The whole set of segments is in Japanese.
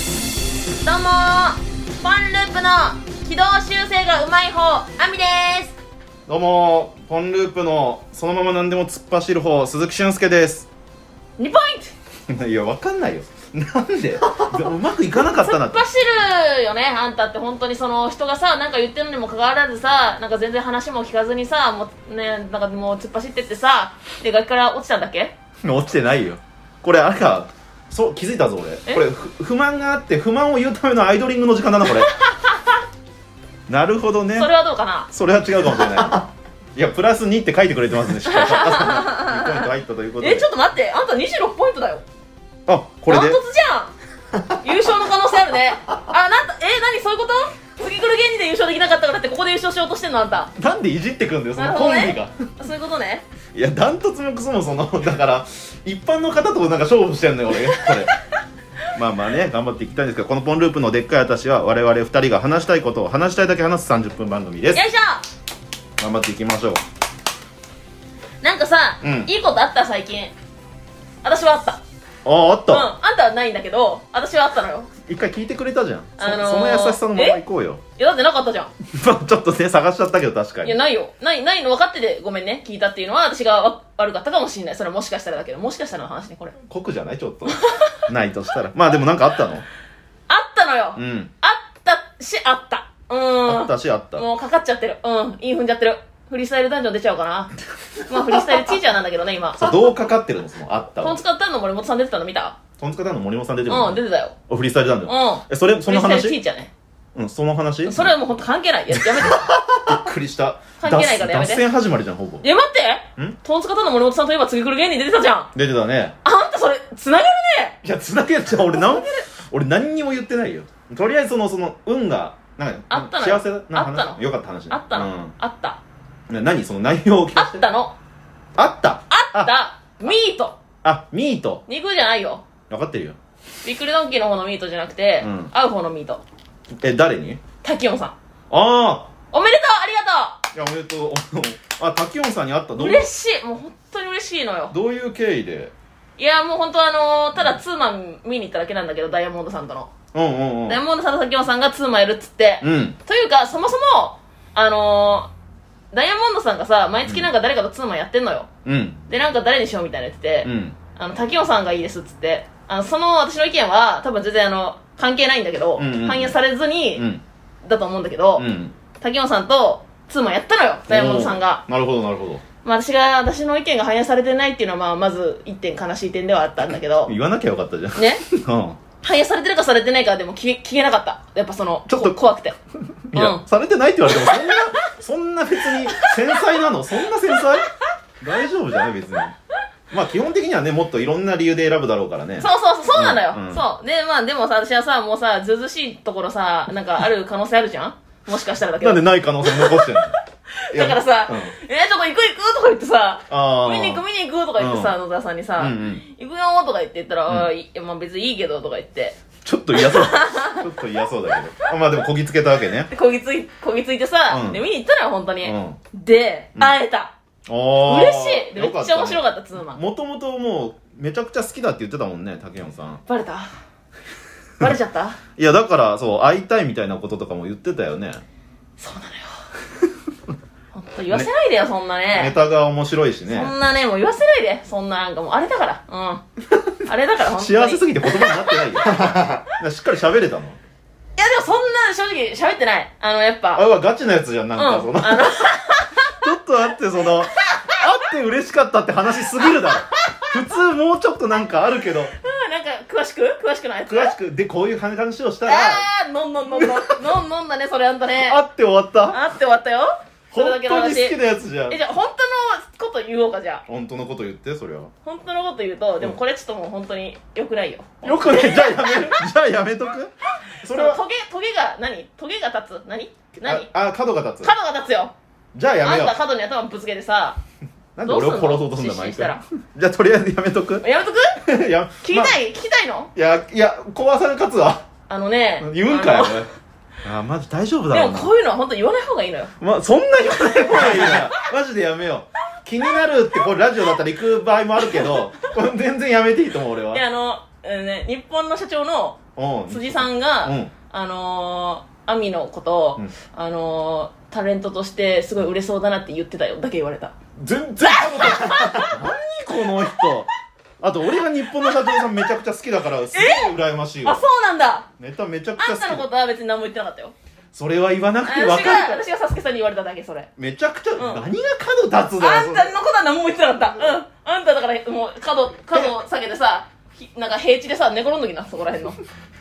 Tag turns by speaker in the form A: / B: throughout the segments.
A: どうもーフォンループの軌道修正がうまい方アミです
B: どうもーポンループのそのまま何でも突っ走る方鈴木俊介です
A: 2ポイント
B: いやわかんないよなんでうまくいかなかったな って
A: 突っ走るよねあんたって本当にその人がさなんか言ってるのにもかかわらずさなんか全然話も聞かずにさもうねなんかもう突っ走ってってさで崖から落ちたんだっけ
B: 落ちてないよこれあれかそう気づいたぞ
A: え
B: 俺これふ不満があって不満を言うためのアイドリングの時間だ なこれなるほどね
A: それはどうかな
B: それは違うかもしれない いやプラス2って書いてくれてますねしっかり2ポイント入ったということで
A: えちょっと待ってあんた26ポイントだよ
B: あこれ
A: ダ
B: で
A: ントツじ ゃん優勝の可能性あるねあなんたえ何そういうこと次来る芸人で優勝できなかったからってここで優勝しようとしてんのあんた
B: なんでいじってくんだよそ
A: な
B: の
A: るほど
B: コン
A: ね
B: ビが
A: そういうことね
B: いやダントツもクソもその だから一般の方となんか勝負してんのよ俺これまあまあね頑張っていきたいんですけどこの「ポンループのでっかい私」は我々2人が話したいことを話したいだけ話す30分番組です
A: よいしょ
B: 頑張っていきましょう
A: なんかさ、
B: うん
A: いいことあった最近私はあった
B: あああっ
A: うん
B: た、
A: あんたはないんだけど私はあったのよ
B: 一回聞いてくれたじゃん、そ
A: あのー
B: その優しさのまま行こうよ
A: いやだってなかったじゃん
B: まあ ちょっとね探しちゃったけど確か
A: いや
B: に
A: ないよないないの分かっててごめんね聞いたっていうのは私がわ悪かったかもしれないそれはもしかしたらだけどもしかしたらの話ねこれ
B: 酷じゃないちょっとないとしたらまあでもなんかあったの
A: あったのよ、
B: うん
A: あったしあったうん
B: あったしあった
A: もうかかっちゃってる。うん。イン踏んじゃってる。フリースタイルダンジョン出ちゃうかな。まあフリースタイルティーチャーなんだけどね、今。
B: そうどうかかってるのそのあった
A: トン
B: は
A: ツカタンの森本さん出てたの見た
B: トンツカタンの森本さん出てるの、
A: うん、出てたよ。
B: おフリースタイルダンジョン、
A: うん。
B: えそれその
A: フリースタイルティ
B: 話
A: ーチャーね。
B: うんその話
A: それはもうほんと関係ない。ややめて。
B: びっくりした
A: 関係ないからやめて
B: 脱脱線始まりじゃんほぼ
A: いや、待っ
B: ん
A: てトンツカタンの森本さんといえば次来る芸人出てたじゃん。
B: 出てたね
A: あんたそれ、繋がるね
B: いやつなげちゃう俺なん俺何にも言ってないよとりあえずそのその運がなんか
A: あったのよ
B: 幸せな話
A: あったの
B: よかった話
A: あったの、
B: うん
A: あった。
B: な何その内容を聞か
A: あ
B: せ
A: ってたの。
B: あった
A: あった。ミート。
B: あミート
A: 肉じゃないよ。
B: 分かってるよ
A: びっくりドンキーの方のミートじゃなくて、
B: うん
A: 会う方のミート。
B: え誰に
A: 滝音さん。
B: あ
A: おめでとうありが
B: あいやおめでとう あ滝音さんに会った
A: と
B: ど
A: う
B: う
A: 嬉しい。もう本当に嬉しいのよ。
B: どういう経緯で
A: いやもう本当あのーただツーマン見に行っただけなんだけどダイヤモンドさんとの、
B: うんうんうん
A: ダイヤモンドさんと崎本さんがツーマンやるっつって、
B: うん
A: というかそもそもあのーダイヤモンドさんがさ毎月なんか誰かとツーマンやってんのよ、
B: うん
A: でなんか誰にしようみたいなの言ってて、
B: うん
A: あの滝本さんがいいですっつってあのその私の意見は多分全然あの関係ないんだけど、
B: うんうん
A: 反映されずに、
B: うん
A: だと思うんだけど、
B: うん
A: 滝本さんとツーマンやったのよダイヤモンドさんが
B: おーなるほどなるほど
A: まあ、私が私の意見が反映されてないっていうのは、まあ、まず一点悲しい点ではあったんだけど
B: 言わなきゃよかったじゃん
A: ね
B: うん
A: 反映されてるかされてないかはでも聞け聞けなかったやっぱその
B: ちょっと
A: こ怖くて
B: いや、
A: うん
B: されてないって言われてもそんなそんな別に繊細なのそんな繊細大丈夫じゃない別にまあ基本的にはねもっといろんな理由で選ぶだろうからね
A: そうそうそうそうなのよ、
B: うんうん
A: そうでまあでもさ私はさもうさずうずうしいところさなんかある可能性あるじゃんもしかしたらだけ
B: な
A: ど
B: んでない可能性残してんのいや
A: だからさ「
B: うん
A: えー、ちょっと行く行く」とか言ってさ「
B: ああ
A: 見に行く見に行く」とか言ってさ野田さんにさ「
B: うんうん
A: 行くよ」とか言って言ったら「あーいやまあ、別にいいけど」とか言って
B: ちょっと嫌そうちょっと嫌そうだけどあまあでもこぎつけたわけね
A: でこぎついこぎついてさ、
B: うん
A: で見に行ったのよ本当に、
B: うん
A: で会えた、
B: おー
A: 嬉しいでめっちゃ面白
B: かっ
A: かったツーマ
B: た
A: ン
B: もともともうめちゃくちゃ好きだって言ってたもんね竹山さん
A: バレたバレちゃった
B: いやだからそう会いたいみたいなこととかも言ってたよね
A: そうなのよ本当言わせないでよ、そんな
B: ネ
A: ね
B: タが面白いしね
A: そんなねもう言わせないでそんななんかもうあれだからうんあれだから本当に
B: 幸せすぎ
A: い
B: て言葉になってないよだ からしっかり喋れたの
A: やでもそんな正直喋ってないあのやっ
B: あ
A: ぱ
B: うわガチなやつじゃんなんかその、
A: うん
B: ち
A: あの
B: ょっとあってそのあって嬉しかったって話すぎるだろ普通もうちょっとなんかあるけど
A: なんか詳しく詳しくないやつ
B: 詳しくでこういう話をしたら
A: あーのんの んのんのんのんのんだねそれあんたね
B: あって終わった
A: あって終わったよそれだ
B: 本
A: けの
B: 当に好
A: 話
B: き
A: え
B: なやつじゃん
A: じゃあ本当のこと言おうかじゃあ
B: 本当のこと言ってそりゃ
A: 本当のこと言うとでもこれちょっともう本当に良くないよ
B: よ くねじゃあやめじゃあやめとくそ
A: そ
B: れ
A: の
B: は
A: トゲトゲが何トゲが立つ何何
B: ああ角が立つ
A: 角が立つよ
B: じゃあや
A: あ
B: め
A: ん
B: よ
A: た
B: う
A: 角に頭ぶつけてさ
B: なんで俺を
A: どうすん
B: 殺
A: の
B: そうとすんだ毎
A: 失神した
B: 回
A: ら
B: じゃあとりあえずやめとく
A: やめとく
B: いや
A: 聞き
B: まあ
A: たい、聞きたいの
B: いやいや壊され勝つわ
A: あのね
B: 言うんか
A: あ
B: よ
A: の
B: おいあマジ大丈夫だ
A: で
B: ろう
A: も
B: な
A: こういうのは本当言わない方がいいのよ
B: ま、そんな言わない方がいいなマジでやめよう気になるってこれラジオだったら行く場合もあるけどこれ全然やめていいと思う俺はい
A: やあの、うんね、日本の社長の
B: うん
A: 辻さんが、
B: うん
A: あのー、アミのことを、
B: うん
A: あのー、タレントとしてすごい売れそうだなって言ってたよだけ言われた
B: 全然顔だ何この人あと俺が日本の社長さんめちゃくちゃ好きだからすげえ羨ましい
A: あ
B: わ
A: そうなんだ
B: ネタめちゃくち
A: あ
B: ゃ
A: んたのこ
B: 好き
A: とは別に何も言ってなかったよ
B: それは言わなく
A: 私
B: て
A: が
B: 分かるから
A: 私がサスケさんに言われただけそれ
B: めちゃくちゃ、
A: ん
B: 何が角立つだ
A: あ
B: よ
A: んたのことは何も言ってなかったうんあんただからもう角角を下げてさひなんか平地でさ寝転んどきなそこら辺の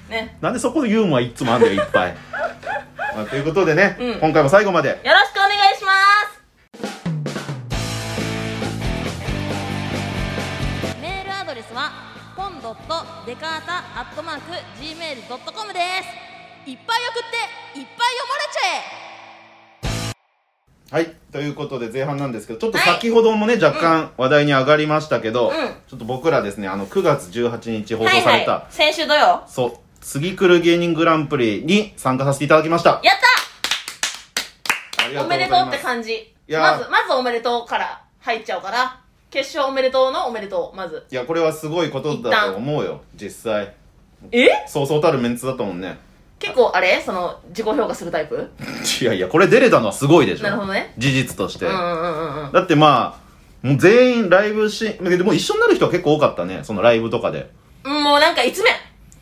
A: ね
B: なんでそこでユーモアいつもあんだよいっ ぱい、まあということでね、
A: うん
B: 今回も最後まで
A: よろしくお願いしますメールアドレスはポンドットデカータアットマーク Gmail.com ですいっぱい送っていっぱい読まれちゃえ
B: はいということで前半なんですけどちょっと
A: はい
B: 先ほどもね、若干話題に上がりましたけど、
A: ん
B: ちょっと僕らですねあの9月18日放送された、
A: はいはい、先週土曜
B: そう次来る芸人グランプリに参加させていただきました
A: やっ
B: あり
A: た
B: が
A: お
B: う
A: め
B: ござい
A: でとう
B: ま
A: って
B: す
A: 感じ
B: いや
A: まずまずおめでとうから入っちゃうから決勝おめでとうのおめでとうまず
B: いやこれはすごいことだと思うよ実際
A: え
B: そうそうたるメンツだったもんね
A: 結構あれその自己評価するタイプ
B: いやいやこれ出れたのはすごいでしょ
A: なるほどね
B: 事実として、
A: うんうんうんうん
B: だってまあもう全員ライブしでも一緒になる人は結構多かったねそのライブとかで
A: うんもうなんかいつめ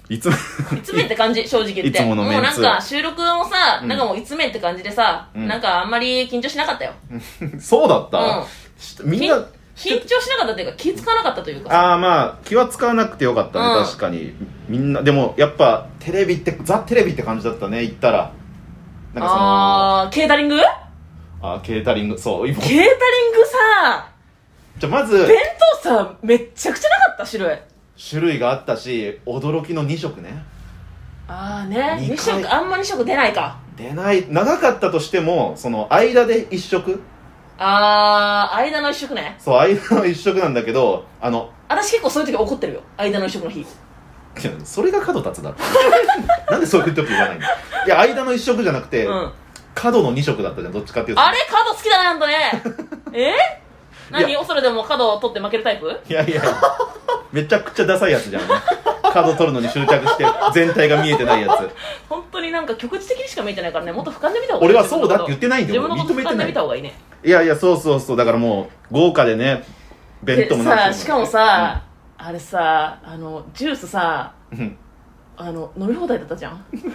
B: いつも
A: いつめって感じ正直言って
B: いつものメンツ
A: うなんか収録もさ、
B: うん
A: なんかもういつめって感じでさ、
B: うん
A: なんかあんまり緊張しなかったよ
B: そうだった、
A: うん
B: しみんな
A: 緊張しなかったというか気づかなかったというか
B: ああまあ気は使わなくてよかったね、
A: うん
B: 確かにみんなでもやっぱテレビってザ・テレビって感じだったね行ったらなんかそのあ
A: あーケータリング
B: あーケータリングそう今
A: ケータリングさ
B: じゃあまず
A: 弁当さめっちゃくちゃなかった種類
B: 種類があったし驚きの2色ね
A: ああね
B: 二回
A: 2色あんま2色出ないか
B: 出ない長かったとしてもその間で1色
A: ああ間の1色ね
B: そう間の1色なんだけどあの
A: 私結構そういう時怒ってるよ間の1色の日
B: いやそれが角立つだろ なんでそういう時言わないのいや間の一色じゃなくて、
A: うん
B: 角の二色だったじゃんどっちかっていうと
A: あれ角好きだなあんたね え
B: い
A: 何
B: や
A: 恐れでも角を取って負けるタイプ
B: いやいやめちゃくちゃダサいやつじゃん角取るのに執着して全体が見えてないやつ
A: 本当になんか局地的にしか見えてないからねもっと俯瞰で見た方がいい
B: 俺はそうだって言ってないんだ
A: 自
B: よ
A: 分のこと
B: 認
A: 自
B: めて
A: 分のこと俯瞰で
B: な
A: 見
B: い
A: た方がいいね
B: いやいやそうそうそうだからもう豪華でね弁
A: で
B: 当もな
A: さ
B: ん
A: しかもさ、あれさあのジュースさ
B: うんうん
A: あの飲み放題だったじゃん飲み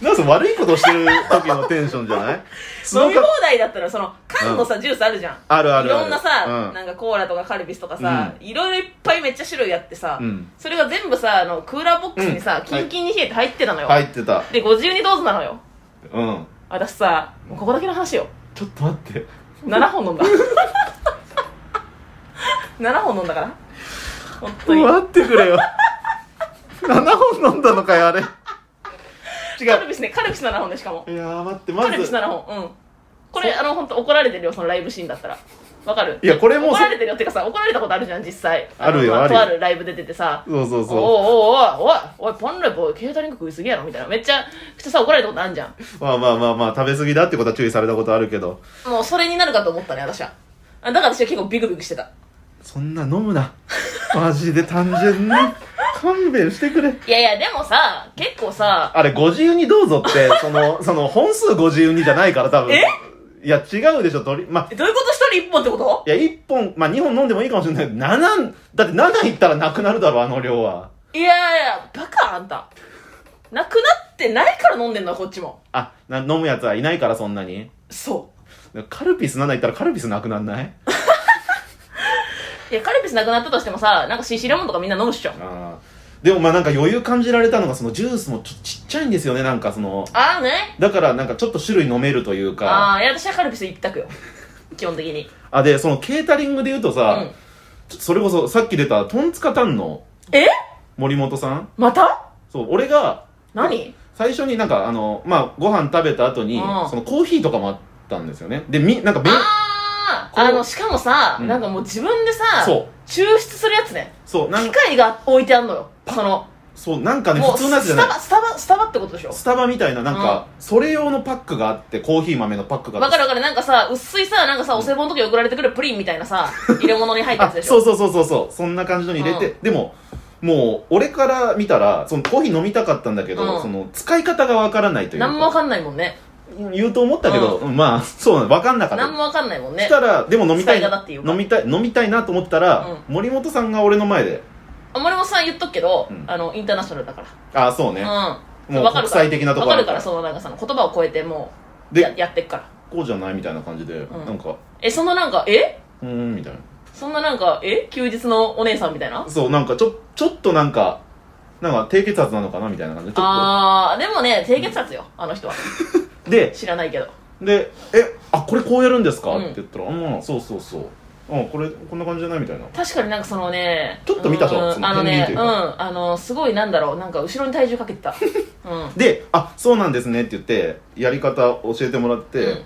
B: なんかその悪いことをしてる時のテンションじゃないすご
A: 放
B: かっ
A: 題だったらその缶のさ、ジュースあるじゃん
B: たあるあ
A: い
B: るある
A: ろんなさ、
B: うん
A: なんかコーラとかカルビスとかさ、いろいろいっぱいめっちゃ種類あってさ、
B: うん
A: それが全部さあのクーラーボックスにさ、
B: うん
A: キンキンに冷えて入ってたのよ、
B: 入ってた
A: でご自由にどうぞなのよ
B: うん
A: 私さもうここだけの話よ
B: ちょっと待って
A: 7本飲んだ 7本飲んだから本当に
B: 待ってくれよ7本飲んだのかよあれ違
A: カル
B: う
A: ビスねカルビス7本でしかも
B: いやー待って
A: カ
B: ま
A: ルビス
B: ず
A: 7本うんこれあの本当怒られてるよそのライブシーンだったらわかる
B: いやこれもう
A: 怒
B: そ
A: られてるよっていうかさ怒られたことあるじゃん実際
B: あるよ
A: のま
B: あるよ
A: とあるライブで出ててさ
B: そうそう
A: お
B: そ
A: おおいおいおいおいパンライブおいケータリング食いすぎやろみたいなめっちゃくちゃさ怒られたことあるじゃん
B: うまあまあまあまあ食べ過ぎだってことは注意されたことあるけど
A: もうそれになるかと思ったね私はあだから私は結構ビクビクしてた
B: そんな飲む なマジで単純に勘弁してくれ
A: いやいやでもさ結構さ
B: あれ52どうぞってそ のその本数52じゃないから多分
A: え
B: いや違うでしょとりまあ
A: どういうこと一人一本ってこと
B: いや1本まあ2本飲んでもいいかもしれないけど7だって7いったらなくなるだろあの量はい
A: やいや、バカあんた。なくなってないから飲んでんのよこっちも。
B: あな飲むやつはいないからそんなに
A: そ。
B: カルピス7いったらカルピスなくなんないう
A: いや、カルピスなくなったとしてもさ、なんかシシレモンとかみんな飲むっしょ。
B: あーでもまあなんか余裕感じられたのがそのジュースもちょっとちっちゃいんですよねなんかその
A: あーね。
B: だからなんかちょっと種類飲めるというかあ
A: あー、いや、私はカルピス一択よ。基本的に。
B: でそのケータリングで言うと
A: う
B: さ、
A: ん。
B: ちょっとそれこそさっき出たトンツカタンの
A: え
B: 森本さん
A: また
B: そう俺が
A: 何
B: 最初になんかあのまあご飯食べた後に
A: うん
B: そのコーヒーとかもあったんですよねでみなんかべん
A: あー、
B: こう
A: あの、しかもさ、
B: うん
A: なんかもう自分でさ、
B: そう
A: 抽出するやつね。
B: そうな
A: 機
B: ん
A: 械が置いてあんのよ。その、
B: そうなんかね
A: も
B: 普
A: う、
B: 通のやつじゃ
A: ス
B: な
A: タ
B: い
A: バ、スタバ、スタバってことでしょ
B: スタバみたいななんかそれ用のパックがあってコーヒー豆のパックがあ
A: わ
B: っ
A: か
B: て
A: るわかる。なんかさ、薄いさ、なんかさ、お歳暮の 時送られてくるプリンみたいなさ、入れ物に入ったや
B: あ
A: つでしょ
B: そうそうそうそうそうそんな感じのに入れて、でももう俺から見たらそのコーヒー飲みたかったんだけど、
A: うん
B: その使い方がわからないという
A: 何もわ
B: か
A: かんないもんね
B: 言うと思ったけど、うんまあそうなのわかんなかった
A: 何もわかんないもん
B: そ
A: ね
B: したらでも飲みたい
A: 使い方っていうか
B: 飲みたい飲みたいなと思ったら、森本さんが俺の前で
A: あ森本さん言っとくけど、
B: うん
A: あのインターナショナルだか
B: ああそうね、
A: らうん
B: もう国
A: わかるから
B: 際的なと
A: わ
B: こ
A: か
B: あ
A: るからそのなんかその言葉を超えてもうや
B: で
A: やってっから
B: こうじゃないみたいな感じで、
A: うん
B: なんか
A: えそんななんかえ
B: うーんみたいな
A: そんななんかえ休日のお姉さんみたいな
B: そうなんかちょちょっとなんかなんか低血圧なのかなみたいな感じでちょっ
A: あーでもね低血圧よあの人は
B: とで
A: 知らないけど
B: で「えあこれこうやるんですか?」
A: うん
B: って言ったら「うんそうそうそううんこれこんな感じじゃない?」みたいな
A: 確かになんかそのね
B: ちょっと見たぞ
A: うん
B: その
A: あの
B: 天
A: ね
B: 秤
A: う
B: というんか
A: あのすごいなんだろうなんか後ろに体重かけてたうん
B: で「あ そうなんですね」って言ってやり方教えてもらって、
A: うん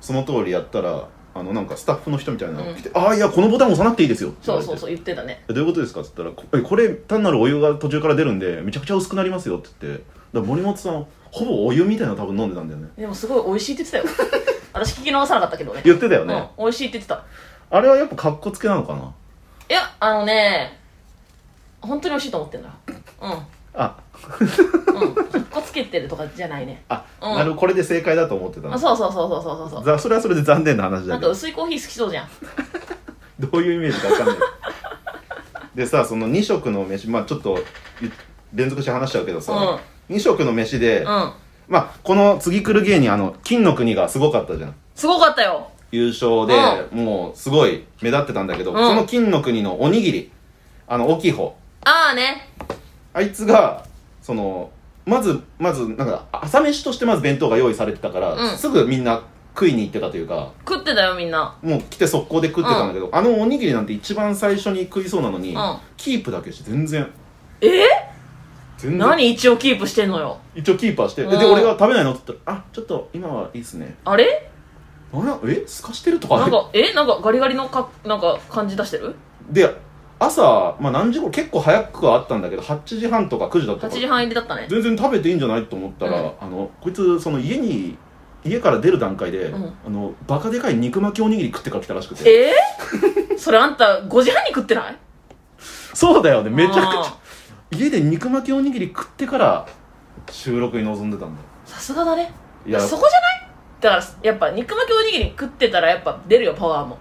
B: その通りやったらあのなんかスタッフの人みたいなのが来て「ああいやこのボタン押さなくていいですよ」って言
A: そ
B: わ
A: う
B: れて
A: そうそう言ってたね
B: えどういうことですか?」って言ったらこえ「これ単なるお湯が途中から出るんでめちゃくちゃ薄くなりますよ」って言ってだから森本さんほぼお湯みたいなの多分飲んでたんだよね
A: でもすごい美味しいって言って たよ私聞き逃さなかったけどね
B: 言ってたよね、
A: うん、美味しいって言ってた
B: あれはやっぱかっこつけなのかない
A: やあのね本当に美味しいと思ってんだよ
B: あ
A: うんうんかっこつけてるとかじゃないね
B: あ、
A: うん
B: なるほどこれで正解だと思ってた
A: あ
B: の
A: そうそうそうそうそうそうそ
B: ざそれはそれで残念な話
A: うな
B: だ
A: ん
B: け
A: か
B: ど
A: 薄いコーヒー好きそうじゃん
B: どういうイメージかわかんないでさその2食の飯まあちょっとい連続して話しちゃうけどさ、2食の飯で、
A: うん
B: まあこの次来る芸人あの金の国がすごかったじゃん
A: すごかったよ
B: 優勝で、もうすごい目立ってたんだけど、
A: うん
B: その金の国のおにぎりあの大きい方
A: ああね
B: あいつがそのまずまずなんか朝飯としてまず弁当が用意されてたから、
A: うん
B: すぐみんな食いに行ってたというか
A: 食ってたよみんな
B: もう来て速攻で食ってたんだけど、あのおにぎりなんて一番最初に食いそうなのに、
A: うん
B: キープだけして全然
A: えー、
B: 全然
A: 何一応キープしてんのよ
B: 一応キーパーして、でで
A: うん
B: 俺が食べないのって言ったら「あちょっと今はいいっすね
A: あれ」
B: あらえすかしてるとか
A: なんかえなんかガリガリのかなんか感じ出してる
B: で朝、まあ、何時頃結構早くはあったんだけど8時半とか9時だった
A: 8
B: か
A: 時
B: ら
A: 半入りだったね
B: 全然食べていいんじゃないと思ったら、
A: うん
B: あのこいつその家に家から出る段階で、
A: うん
B: あのバカでかい肉巻きおにぎり食ってから来たらしくて
A: えー、それあんた5時半に食ってない
B: そうだよねめちゃくちゃ
A: あ
B: 家で肉巻きおにぎり食ってから収録に臨んでたんだよ
A: ーさすがだね
B: いや
A: そこじゃないだからやっぱ肉巻きおにぎり食ってたらやっぱ出るよパワー も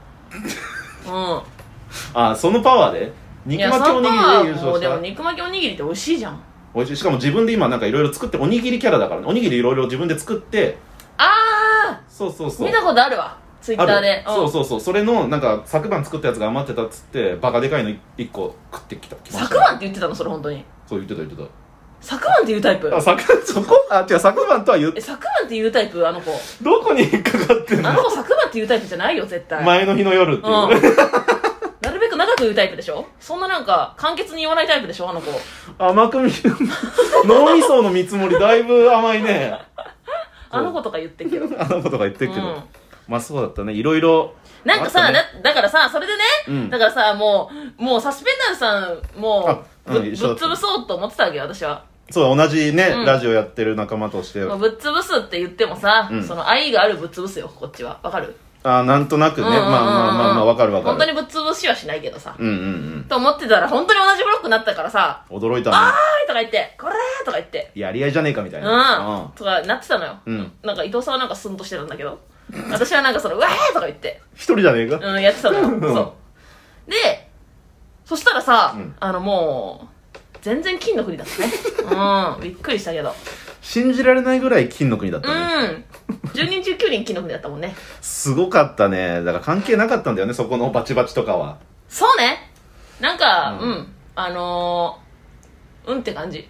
B: あそのパワーで
A: うんい
B: 肉
A: や
B: 巻きおにぎりで優
A: そのパワーも
B: 勝
A: でも
B: した
A: 肉巻きおにぎりって美味しいじゃん
B: 美味しいしかも自分で今なんかいろいろ作っておにぎりキャラだからねおにぎりいろいろ自分で作って
A: あ
B: そうそう
A: ー
B: そう
A: 見たことあるわツイッターで
B: あるそううそうそうそれのなんか昨晩作ったやつが余ってたっつってバカでかいの1個食ってきた来
A: ん
B: ました
A: 昨晩って言ってたのそれ本当に
B: そう言ってた言ってた
A: 昨晩っていうタイプ
B: あ、昨 そこあ、違う、昨晩とは言う
A: え、昨晩っていうタイプ あの子
B: どこに引っかかってん
A: あ
B: の
A: の子昨晩っていうタイプじゃないよ絶対
B: 前の日の夜っていう。
A: うんなるべく長く言うタイプでしょそんななんか簡潔に言わないタイプでしょあの子
B: 甘く見る。脳みその見積もりだいぶ甘いね。
A: あの子とか言ってるけど、
B: あのことが言ってるけ
A: うん
B: ど。まあそうだったね。いろいろ。
A: なんか
B: あ
A: さ、
B: ったね
A: だだからさそれでね、
B: うん
A: だからさもうもうサスペンダーズさんも
B: あ
A: う
B: う
A: ぶ,、
B: ん
A: ぶっ
B: 一緒だった
A: 潰そうと思ってたわけよ私は、
B: そう、同じね、
A: うん
B: ラジオやってる仲間として。
A: まあ、ぶっ潰すって言ってもさ、
B: うん
A: その愛があるぶっ潰すよこっちはわかる、
B: あ、なんとなくね。
A: うん
B: ま
A: う
B: あ
A: んうんうん
B: まあまあまあ、わかるわかる。
A: 本当にぶっ潰しはしないけどさ、
B: うんうん
A: と思ってたら本当に同じブロックになったからさ
B: うん。驚いたね。
A: 「はい」とか言って「これ!」とか言って
B: やり合いじゃねえかみた
A: 「う
B: い
A: ん」
B: な。
A: とかなってたのよ、
B: うん
A: なんか伊藤さんはなんかスンとしてたんだけど私はなんかその「うわー!」とか言って、
B: 一人じゃねえか
A: うん、やってたのよそうでそしたらさ、
B: うん
A: あのもう全然金の国 だったねうんびっくりしたけど
B: 信じられないぐらい金の国だっ
A: う
B: たね。
A: ん10人中9人金の国だったもんね
B: すごかったね。だから関係なかったんだよね、そこのバチバチとかは。
A: そうねなんか
B: う
A: うんん、あのー、うんって感じ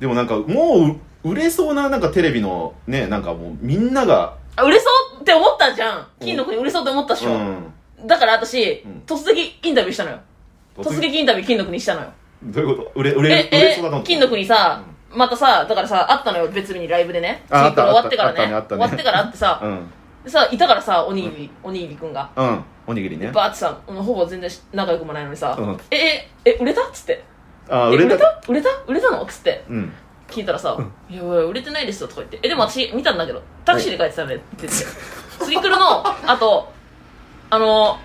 B: でもなんかもう売れそうななんかテレビのねなんかもうみんなが
A: あ売れそうって思ったじゃん金の国売れそうって思ったでし
B: う
A: ょ、
B: ん
A: だから私、
B: うん
A: 突撃インタビューしたのよ突撃インタビュー金の国したのよ
B: どういうこと売れ売れ
A: え
B: 売れ
A: え
B: そうだと思った
A: 金の国さ、またさだからさあったのよ別日にライブでね
B: ああった
A: ツイート終わってからね
B: あった
A: 終
B: ねあ
A: わ
B: ったね
A: ってからあってさ、
B: うん
A: でさいたからさおにぎり、おにぎりくんが
B: うんおにぎりね
A: バーってさうんほぼ全然し仲良くもないのにさ「
B: うん
A: えええ売れた?」っつって
B: あ
A: 「
B: ー
A: え
B: 売れた
A: 売れた売れたの?」っつって
B: うん
A: 聞いたらさ「いやいや売れてないですよ」とか言って「えでも私見たんだけどタクシーで帰ってたね」って言ってツイクルのあとあの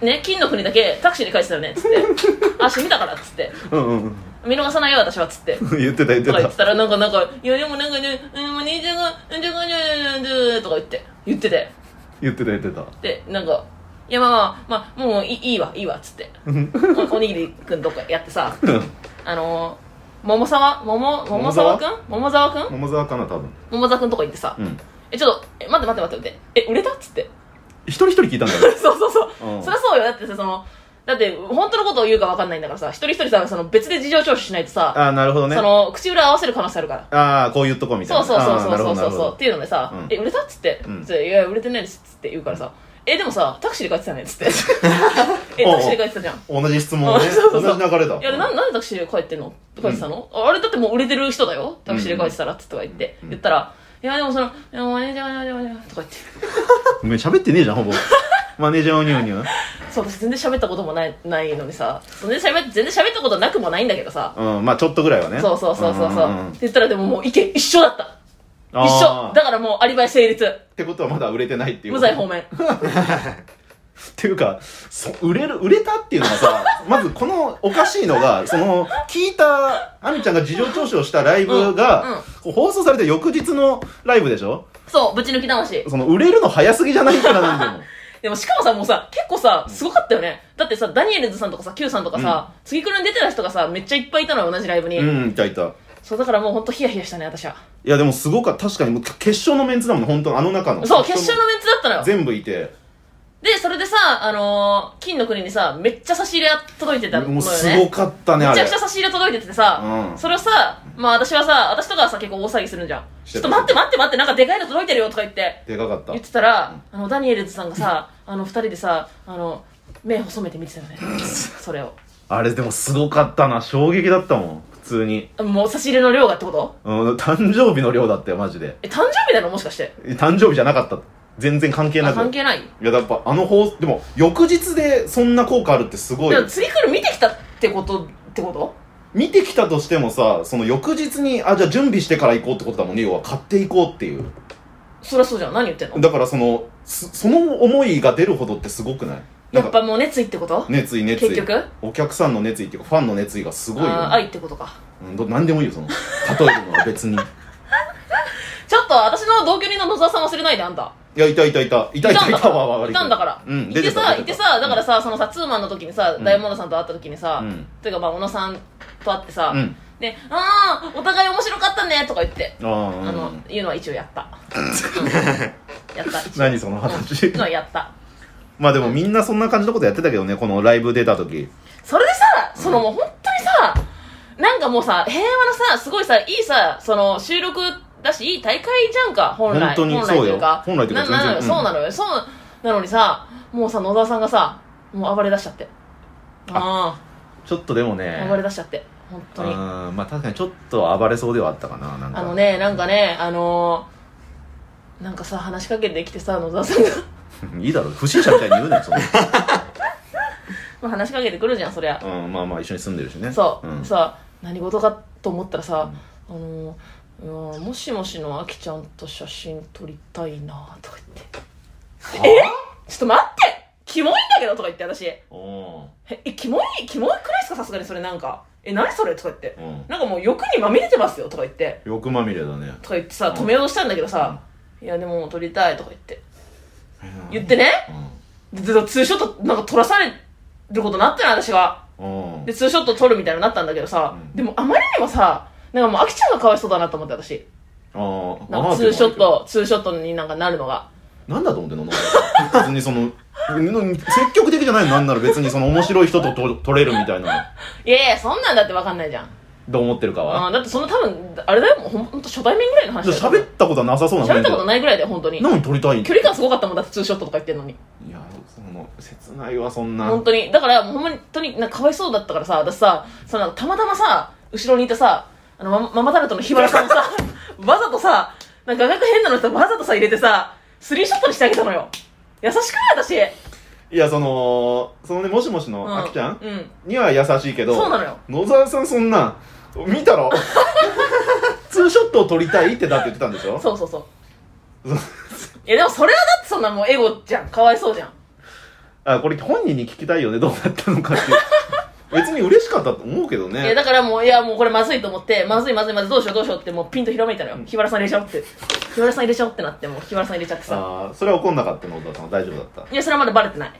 A: ね金の国だけタクシーで帰ってたよねっつって「足見たから」っつって
B: うんうんうん
A: 「見逃さないよ私は」っつって
B: 言ってた言って
A: とか言
B: た
A: ってたらなんかなんか「いやでもなんかねうんもう兄ちゃんが兄ちゃんが兄ちゃんがとか言って言ってて
B: 言ってた言って た
A: でなんか「いやまあまあまあもういいいいわいいわ」っつって
B: うん
A: おお にぎりくんとかやってさあのー、桃沢桃桃沢くん桃沢くん
B: 桃沢かな多分
A: 桃沢くんとか行ってさ
B: うん
A: 「えちょっとえ待って待って待って」って「え売れた?」っつって
B: 一人一人聞いたんだよ
A: そうそうそう
B: うん
A: そりゃそうよだってさそのだって本当のことを言うか分かんないんだからさ一人一人さその別で事情聴取しないとさ、
B: ああなるほどね
A: その口裏合わせる可能性あるから
B: ああこう言っとこうみたい
A: そう
B: な
A: そうそうそ
B: あー
A: うそう
B: なる
A: そう
B: ほどなるほ
A: そう
B: ど
A: っていうのでさ「
B: うん
A: え売れた?」っつって「
B: うん
A: つっていや売れてないです」っつって言うからさ「えでもさタクシーで帰ってたよね」っつって 「えタクシーで帰ってたじゃん」
B: 同じ質問をね
A: うんそうそうそう
B: 同じ流れだ
A: いやでなんなんでタクシーで帰ってんのって帰ってたの、あれだってもう売れてる人だよタクシーで帰ってたらってとか言って、
B: うん
A: 言ったら「いやでもそのいやマネージャーマネージャーマネージャー」とか言って
B: ごめん喋ってねえじゃんほぼ マネージャーをニューニュー
A: そう私全然喋ったこともないないのにさ全然喋っ全然喋ったことなくもないんだけどさ、
B: うんまあちょっとぐらいはね
A: そうそうそうそうそう、
B: んんん
A: って言ったらでももう意見一緒だった一
B: あ
A: 緒
B: ー
A: だからもうアリバイ成立
B: ってことはまだ売れてないっていう
A: 無罪方面
B: っていうかそ売れる売れたっていうのはさ まずこのおかしいのがその聞いたあみちゃんが事情聴取をしたライブ
A: うんうん
B: が、こう放送されて翌日のライブでしょ
A: そうぶち抜き魂
B: その売れるの早すぎじゃないからなん でも
A: でもしかもさもうさ結構さすごかったよねだってさダニエルズさんとかさ Q さんとかさ、次くるに出てた人がさめっちゃいっぱいいたのよ同じライブに、
B: うんいたいた
A: そうだからもうほんとヒヤヒヤしたね私はい
B: やでもすごかった確かにもう決勝のメンツだもんね本当あの中の
A: そう決勝のメンツだったのよ
B: 全部いて
A: でそれでさあのー、金の国にさめっちゃ差し入れ届いてたのよね
B: もうすごかったねあ
A: めち
B: れ
A: ゃくちゃ差し入れ届いててさ、
B: うん
A: それをさまあ私はさ私とかはさ結構大騒ぎするんじゃん
B: し
A: ちょ
B: て
A: ったと待って待って待ってなんかでかいの届いてるよとか言って
B: でかかった
A: 言ってたらあのダニエルズさんがさあの二人でさあの目細めて見て たよねそれを
B: あれでもすごかったな衝撃だったもん普通に、
A: もう差し入れの量がってこと
B: うん、誕生日の量だったよマジで
A: え誕生日なのもしかして
B: 誕生日じゃなかった全然関係な
A: あ
B: く
A: 関係ない
B: いややっぱあの放でも翌日でそんな効果あるってすごい
A: でも次来る見てきたってことってこと
B: 見てきたとしてもさその翌日にあじゃあ準備してから行こうってことだもんね要は買っていこうっていう
A: そりゃそうじゃん何言ってんの
B: だからそのすその思いが出るほどってすごくないな
A: や
B: ん
A: っ
B: か
A: ぱもう熱意ってこと
B: 熱意熱意
A: 結局
B: お客さんの熱意っていうかファンの熱意がすごいよ、
A: あー愛ってことか
B: うん、ど何でもいいよその例えるのは別にい
A: ちょっと私の同居人の野沢さん忘れないであんた
B: やいたいたいたいたいたいたわわわ
A: いたんだから
B: うん
A: い
B: 出
A: て
B: てた
A: さ
B: 出
A: い
B: て
A: て
B: た
A: さだからさそのさツーマンの時にさ
B: うん
A: ダイヤモンドさんと会った時にさ
B: うん
A: というかまあ小野さんと会ってさ
B: うん
A: で「ああお互い面白かったね」とか言って
B: あーうん
A: あの言うのは一応やったやった一 応
B: 何その話
A: うんのはやった
B: まあでもみんなそんな感じのことやってたけどねこのライブ出た時
A: それでさそのもう本当にさなんかもうさ平和なさすごいさいいさその収録だしいい大会じゃんか本来
B: 本当に
A: 本来というか
B: そうよ本来というか
A: ななのよ、
B: 全然うん
A: そうなのよそうなのにさもうさ野沢さんがさもう暴れ出しちゃってあ
B: ちょっとでも
A: あ
B: ね
A: ー暴れ出しちゃって本当にあ
B: うんまあ確かにちょっと暴れそうではあったかななんか
A: のねなんかねあのーなんかさ話しかけてきてさ野沢さんが
B: いいだろう不審者みたいに言うなよその
A: まあ話しかけてくるじゃんそりゃ
B: うんまあまあ一緒に住んでるしね
A: そう、
B: ん、
A: さ何事かと思ったらさ、あのいやもしもしのあきちゃんと写真撮りたいなとか言って
B: え
A: ちょっと待ってキモいんだけどとか言って私え
B: お
A: えキモいキモいくらいですかさすがにそれなんかえ何それとか言って
B: ーうん
A: なんかもう欲にまみれてますよとか言って
B: 欲まみれだね
A: とか言ってさ
B: うん
A: 止めようとしたんだけどさ、いやでも撮りたいとか言って言って
B: ね
A: ねででツーショットなんか撮らされることになったの私が
B: うんうん
A: でツーショット撮るみたいになったんだけどさ、
B: うん
A: でもあまりにもさなんかもうあきちゃんがかわいそうだなと思って私
B: あー
A: なんかツーショット、ツーショットになんかなるのが。
B: なんだと思ってんのなんか別にそのうん積極的じゃないのなんなら別にその面白い人とと取れるみたいない
A: やいや、そんなんだってわかんないじゃん。
B: どう思ってるか
A: あ
B: は
A: ーだってその多分、あれだよ、もうほんほんと初対面ぐらいの話
B: じゃ
A: だ
B: あ
A: よ。
B: 喋ったことはなさそうな
A: 喋ったこ
B: な
A: と
B: い
A: ないぐらいだよ、本当に。
B: 何撮りたい
A: 距離感すごかったもんだってツーショットとか言ってんのに。
B: いやその切ないわそんな
A: 本当に。だから、もう本当になんかかわいそうだったからさ、私さ、そのたまたまさ、後ろにいたさ、あの、マママタルトの日原さんをさ、 わざとさ、なんか画角変なのさ、わざとさ、入れてさ、スリーショットにしてあげたのよ。優しくない私。
B: いやそのそのねもしもし
A: う
B: のあきちゃん、
A: うん。
B: には優しいけど
A: そうなのよ
B: 野沢さんそんな見たろ ツーショットを撮りたいってだって言ってたんでしょ
A: そうそうそう
B: そう。
A: いやでもそれはだってそんなもうエゴじゃん。かわいそうじゃん。
B: あこれ本人に聞きたいよねどうだったのかっていう 別に嬉しかったと思うけど
A: いや
B: ね
A: だからもういやもうこれまずいと思ってまずいまずいまずいどうしようどうしようってもうピンとひらめいたのよ、日原さん入れちゃおうって日原さん入れちゃおうってなってもう日原さん入れちゃってさ
B: あーそれは怒んなかったのお父さんは大丈夫だった
A: いやそれはまだバレてない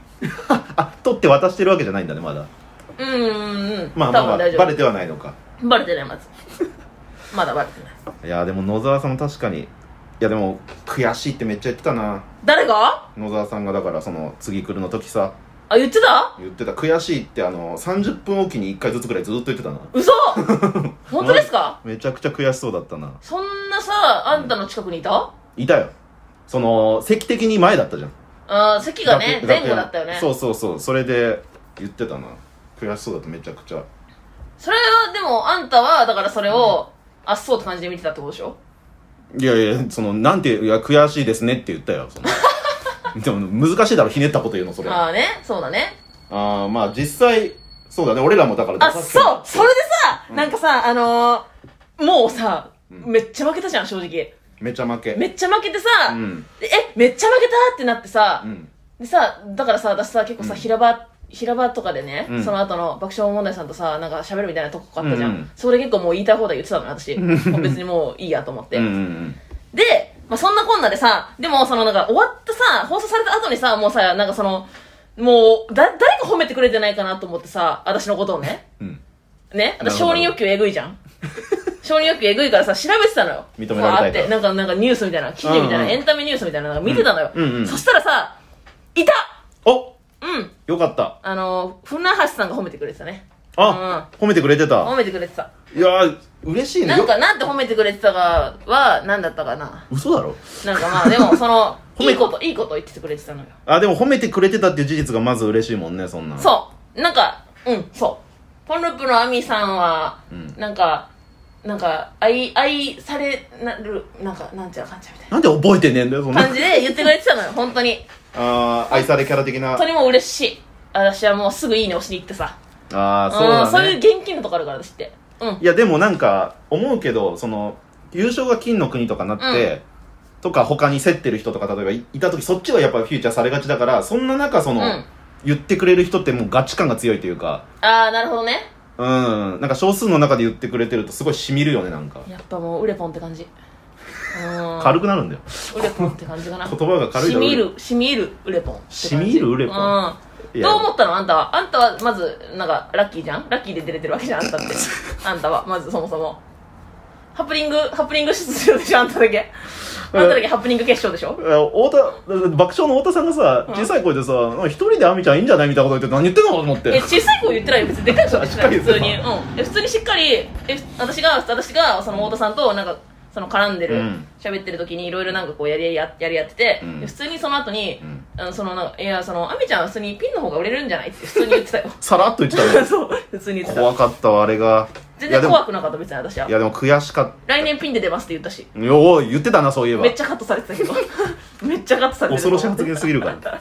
B: あ取って渡してるわけじゃないんだねまだ
A: うんうんうん、
B: まあま
A: 多
B: あ、まあ、
A: 分大丈夫
B: バレてはないのか
A: バレてないまずまだバレてない
B: いやーでも野沢さん確かにいやでも悔しいってめっちゃ言ってたな
A: 誰が
B: 野沢さんがだからその次来るの時さ
A: あ言ってた
B: 言ってた悔しいってあの30分おきに1回ずつぐらいずっと言ってたな
A: 嘘本当ですか
B: めちゃくちゃ悔しそうだったな
A: そんなさあんたの近くにいた、
B: いたよその席的に前だったじゃん
A: あー席がね
B: 楽
A: 前
B: 楽屋
A: 後だったよね
B: そうそうそうそれで言ってたな悔しそうだっためちゃくちゃ
A: それはでもあんたはだからそれを、あっそうって感じで見てたってことでしょ
B: いやいやそのなんていや悔しいですねって言ったよ そのでも難しいだろひねったこと言うのそれ
A: ああねそうだね
B: ああまあ実際そうだね俺らもだから
A: あそうそれでさ、
B: うん
A: なんかさあのー、もうさ、
B: うん
A: めっちゃ負けたじゃん正直
B: めちゃ負け
A: めっちゃ負けてさ、
B: うん
A: でえめっちゃ負けたってなってさ、
B: うん
A: でさだからさ私さ結構さ、
B: うん
A: 平場平場とかでね、
B: うん
A: その後の爆笑問題さんとさなんか喋るみたいなとこあったじゃん、
B: うんうん
A: それ結構もう言いたい放題言ってたのよ私もう別にもういいやと思って、
B: うんうん
A: で、まあ、そんなこんなでさ、でも、そのなんか、終わったさ、放送された後にさ、もうさ、なんかその、もう、だ、誰か褒めてくれてないかなと思ってさ、私のことをね。
B: うんうん
A: ね私、
B: なるほ
A: 承
B: ど
A: 認欲求えぐいじ ゃん。承認欲求えぐいからさ、調べてたのよ。
B: 認められたい
A: こうあって、なんか、なんかニュースみたいな、記事みたいな、
B: うんうん
A: エンタメニュースみたいな、なんか見てたのよ。
B: うんうんうん
A: そしたらさ、いた
B: お
A: うん。
B: よかった
A: あの、船橋さんが褒めてくれてたね。
B: あ、褒めてくれてた
A: 褒めてくれてた。
B: いやー嬉しいね
A: なん
B: よ
A: か、なんて褒めてくれてたかは、なんだったかな。
B: 嘘だろ
A: なんかまあ、でも、その、
B: 褒
A: い
B: め
A: いこと、いいこと言っててくれてたのよ。
B: あでも褒めてくれてたっていう事実がまず嬉しいもんねそんな
A: そう。なんか、うん、そう。ポンループのアミさんは、
B: うん
A: なんか、なんか、愛、愛されなる、なんか、なんちゃらかんちゃらみたい
B: なんで覚えてねえんだよそん
A: な
B: な
A: 感じで言ってくれてたの よ、本当に。
B: あー愛されキャラ的な
A: 本当にもう嬉しい。私はもうすぐいいね押しに行ってさ。
B: ああそうんだ
A: そうい
B: ね
A: う現金のとこあるから、私って。うん。
B: いやでもなんか思うけどその優勝が金の国とかなって、とか他に競ってる人とか例えばいいた時そっちがやっぱフィーチャーされがちだからそんな中その、
A: うん
B: 言ってくれる人ってもうガチ感が強いというか
A: あー、なるほどね。
B: うんなんか少数の中で言ってくれてるとすごいしみるよねなんか
A: やっぱもう、ウレポンって感じ。うん。
B: 軽くなるんだよ
A: ウレポンって感じかな。
B: 言葉が軽いだ
A: し
B: ろ
A: みる、しみるウレポンって感じ。
B: しみるウレポン
A: うん。
B: いや
A: どう思ったのあんたは。あんたは、まず、なんか、ラッキーじゃんラッキーで出れてるわけじ ゃんあんたって。あんたは、まずそもそも。ハプニング、ハプニング出場でしょあんただけ。あんただけハプニング決勝でしょ
B: いや太田爆笑の太田さんがさ
A: うん
B: 小さい声でさ「一人で亜美ちゃんいいんじゃない?」みたいなこと言って何言ってんのと思っ
A: え、
B: て
A: 小さい子言ってないよ。別にでかい子言ってない。
B: しっかり言
A: 普通
B: ってた
A: に。うん。え、普通にしっかり、え、私が、私が、その、太田さんと、なんか、その、絡んで
B: う
A: る
B: ん、
A: 喋、ってる時に、いろいろなんかこう、やりや、やり合ってて、
B: うん
A: で普通にその後に、
B: うん
A: あのその、なんか、いや、その、アミちゃんは普通にピンの方が売れるんじゃないって普通に言ってたよ。
B: さらっと言ってたね
A: そう、普通に言ってた。
B: 怖かったわあれが
A: 全
B: いやで
A: 然
B: も。
A: 怖くなかった、別に私はい
B: やでも悔しかっ
A: 来年ピンで出ますって言ったした
B: よおい言ってたなそういえば
A: めっちゃカットされてた けどめっちゃカットされて
B: 恐
A: た
B: ろしい発言すぎるから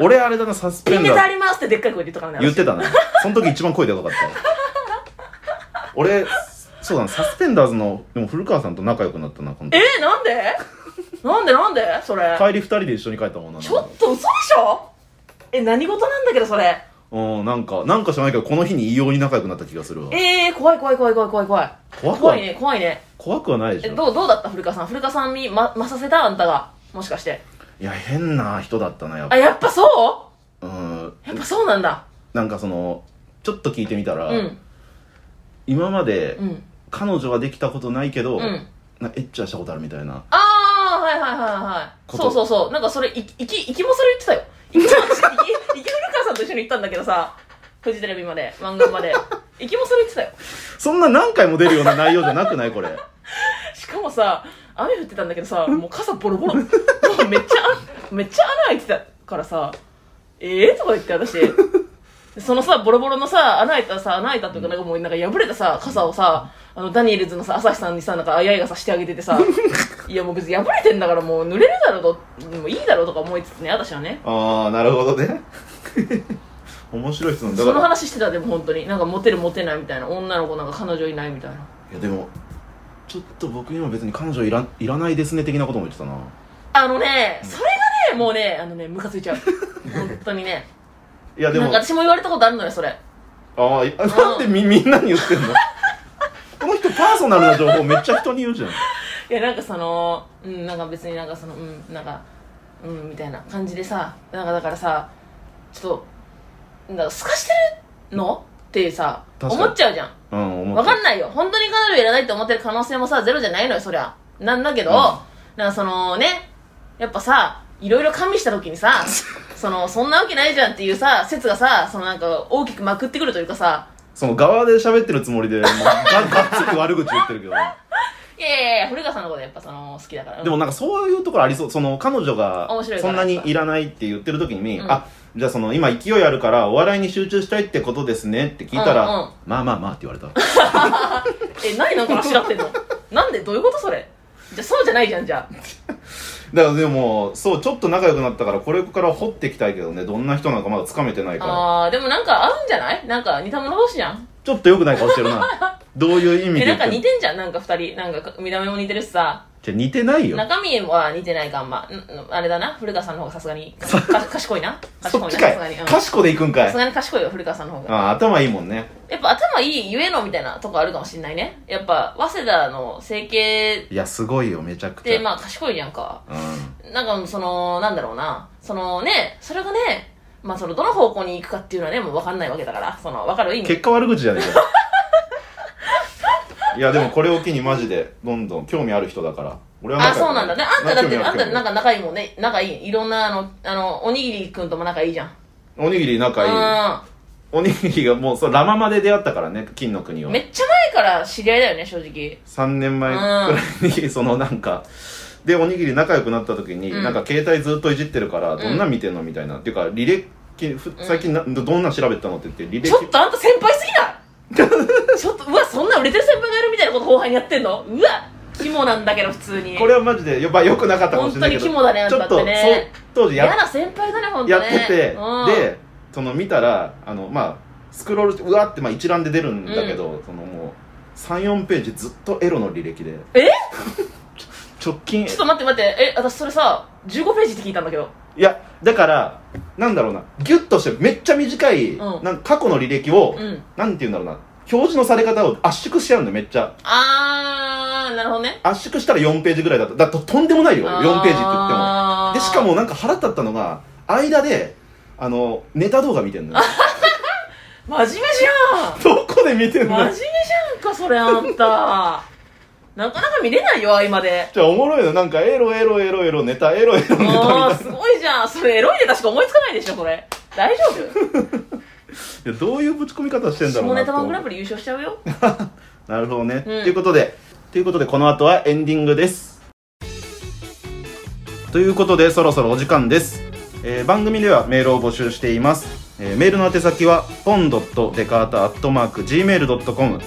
B: 俺あれだなサスペ
A: ピン
B: ン
A: ネ
B: ダ
A: タあ
B: ー
A: りますってでっかい声で言ったからね
B: 言ってたなその時一番声でよかった俺そうだなサスペンダーズのでも古川さんと仲良くなったなこの
A: 私えー、なんでなんでなんでそれ
B: 帰り二人で一緒に帰ったもんな
A: ちょっと嘘でしょえ何事なんだけどそれ
B: うんなんかなんか知らないけどこの日に異様に仲良くなった気がするわ
A: えー、怖い怖い怖い怖い怖い怖い
B: 怖くは
A: 怖いね怖いね
B: 怖くはないで
A: え
B: しょ
A: どうどうだった古川さん古川さんにままさせたあんたがもしかして
B: いや変な人だったなやっぱ
A: あやっぱそう
B: ーん
A: うやっぱそうなんだ
B: なんかそのちょっと聞いてみたら、
A: うん
B: 今まで
A: うん
B: 彼女はできたことないけど、
A: うん
B: なエッチはしたことあるみたいな
A: ああはいはいはいはい
B: こと
A: そうそうそうなんかそれいいきいきもそれ言ってたよいきも私いきいき古川さんと一緒に行ったんだけどさフジテレビまで漫画までいきもそれ言ってたよ
B: そんな何回も出るような内容じゃなくない これ
A: しかもさ雨降ってたんだけどさもう傘ボロボロ もうめっちゃめっちゃ穴開いてたからさええとか言って私そのさボロボロのさ穴開いたさ穴開いたというかなんかもうなんか破れたさ傘をさあのダニエルズのさ朝日さんにさなんかあやいがさしてあげてて さいやもう別に破れてんだからもう濡れるだろうともういいだろうとか思いつつね私はね
B: ああなるほどね 面白い人なんだ
A: そ
B: だ
A: の
B: から
A: 話してたでも本当になんかモテるモテないみたいな女の子なんか彼女いないみたいない
B: やでもちょっと僕にも別に彼女いらいらないですね的なことも言ってたな
A: あのねそれがねもうねあのねムカついちゃう本当にね
B: いやで
A: なん
B: も
A: か私も言われたことあるのよそれ
B: ああい なんでみみんなに言ってん のこの人パーソナルな情報めっちゃ人に言うじゃん
A: いやなんかそのうんなんか別になんかそのうんなんかうんみたいな感じでさなんかだからさちょっとなんかすかしてるのってさ
B: 確かに
A: 思っちゃうじゃん
B: うん思
A: わ
B: った
A: かんないよ本当に彼女いらないって思ってる可能性もさゼロじゃないのよそりゃなんだけど、
B: うん
A: なんかそのねやっぱさいろいろ加味した時に さそのそんなわけないじゃんっていうさ説がさそのなんか大きくまくってくるというかさ
B: その側で喋ってるつもりでもうががっつり悪口言ってるけど
A: いやいやいや堀川さんのことやっぱその好きだから
B: でもなんかそういうところありそうその彼女が
A: 面白いか
B: そ
A: ら
B: んなにいらないって言ってる時に、
A: うん
B: あじゃあその今勢いあるからお笑いに集中したいってことですねって聞いたら、
A: うんうん
B: まあまあまあって言われ た
A: え何なんかあしらってんのなんでどういうことそれじゃあそうじゃないじゃんじゃあ
B: だからでもそうちょっと仲良くなったからこれから掘っていきたいけどねどんな人なのかまだつかめてないから
A: あーでもなんか合うんじゃないなんか似た者同士じゃん
B: ちょっと良くない顔してる などういう意味
A: え
B: で言
A: なん
B: っ
A: か
B: て
A: 似
B: る
A: てんじゃんなんか二人なんか見た目も似てるしさ
B: じゃあ似てないよ
A: 中身は似てないかあんまんんあれだな古川さんの方がさすがに かか賢いな
B: そ
A: 賢いな
B: っ
A: さ
B: ち
A: す
B: か
A: がに
B: い
A: うん
B: かしこで行くんか
A: さ
B: い
A: すがに賢いよ古川さんの方が
B: あ頭いいもんね
A: やっぱ頭いいゆえのみたいなとこあるかもしんないねやっぱ早稲田の整形っ
B: いやすごいよめちゃくちゃ
A: てまあ賢いじゃんか
B: うん
A: なんかそのなんだろうなそのねそれがねまあそのどの方向に行くかっていうのはねもう分かんないわけだからその分かる意 味
B: 結果悪口じゃねえかよいやでもこれを機にマジでどんどん興味ある人だから俺は
A: あ
B: 仲良
A: そう
B: く
A: なんだねあんただって
B: 興味
A: あん
B: る
A: たなんか仲いいもんね仲いいいろんなあのあのおにぎりくんとも仲いいじゃん
B: おにぎり仲いいおにぎりがもうそうラママで出会ったからね金の国
A: う
B: を
A: んめっちゃ前から知り合いだよね正直
B: 3年前くらいに そのなんかでおにぎり仲良くなった時に、
A: うん
B: なんか携帯ずっといじってるからどんなん見てんのみたいな、っていうか履歴ふ最近な、どんなん調べたのって言って履歴
A: ちょっとあんた先輩すぎ ないちょっとうわそんな売れてる先輩がいるみたいなこと後輩にやってんのうわ肝なんだけど普通に
B: これはマジでやっぱ良くなかったかもしれないけど
A: 本当に肝だね
B: ちょっと
A: あんたってね
B: そう当時や
A: 嫌
B: っ
A: な先輩だね本当
B: やっ
A: ね
B: てて、
A: うん
B: でその見たらあのまあスクロールしてうわってまあ一覧で出るんだけど、そのもう34ページずっとエロの履歴で
A: え
B: ちょ直近
A: ちょっと待って待ってえ私それさ15ページって聞いたんだけど
B: いやだからなんだろうなギュッとしてめっちゃ短い、
A: うん
B: なんか過去の履歴を、
A: うん
B: なんて言うんだろうな表示のされ方を圧縮しちゃうんだよめっちゃ
A: あーなるほどね
B: 圧縮したら4ページぐらいだっただととんでもないよ4ページって言っても
A: も
B: でしかもなんか腹立ったのが間であのネタ動画見てんの よ
A: 真面目じゃん
B: どこで見てんの
A: 真面目じゃんかそれあんた なかなか見れないよ合間で
B: じゃあおもろいのなんかエロエロエロエロネタエロエロネタみ
A: あ
B: た
A: ーすごいじゃんそれエロいネタしか思いつかないでしょそれ大丈夫
B: いなどういうぶち込み方してんだろ
A: 下
B: う な
A: ネ
B: と
A: タ
B: 思
A: マ
B: う
A: ングランプリ優勝しちゃうよ
B: なるほどね、と
A: うん
B: いうことでということでこの後はエンディングですということでそろそろお時間です、えー番組ではメールを募集しています、えーメールの宛先は pon.dekata.gmail.com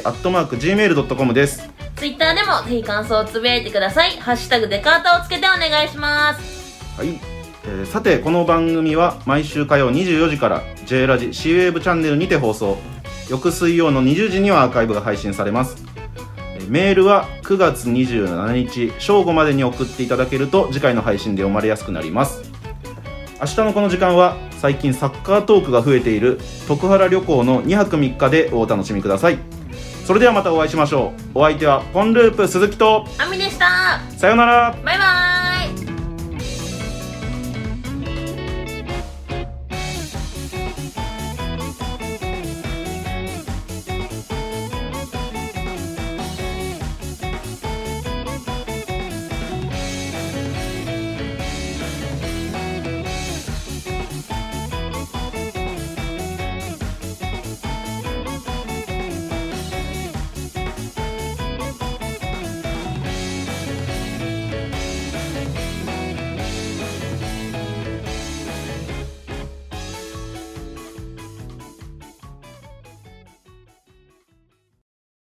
B: pon.dekata.gmail.com です
A: ツイッターでもぜひ感想をつぶやいてください「ハッシュタグデカータ」をつけてお願いします
B: はい、えーさてこの番組は毎週火曜24時から J ラジ c ウェーブチャンネルにて放送翌水曜の20時にはアーカイブが配信されますえーメールは9月27日正午までに送っていただけると次回の配信で読まれやすくなります明日のこの時間は最近サッカートークが増えている徳原旅行の2泊3日でお楽しみくださいそれではまたお会いしましょうお相手はポンループ鈴木と
A: あみでした
B: さようなら
A: バイバイ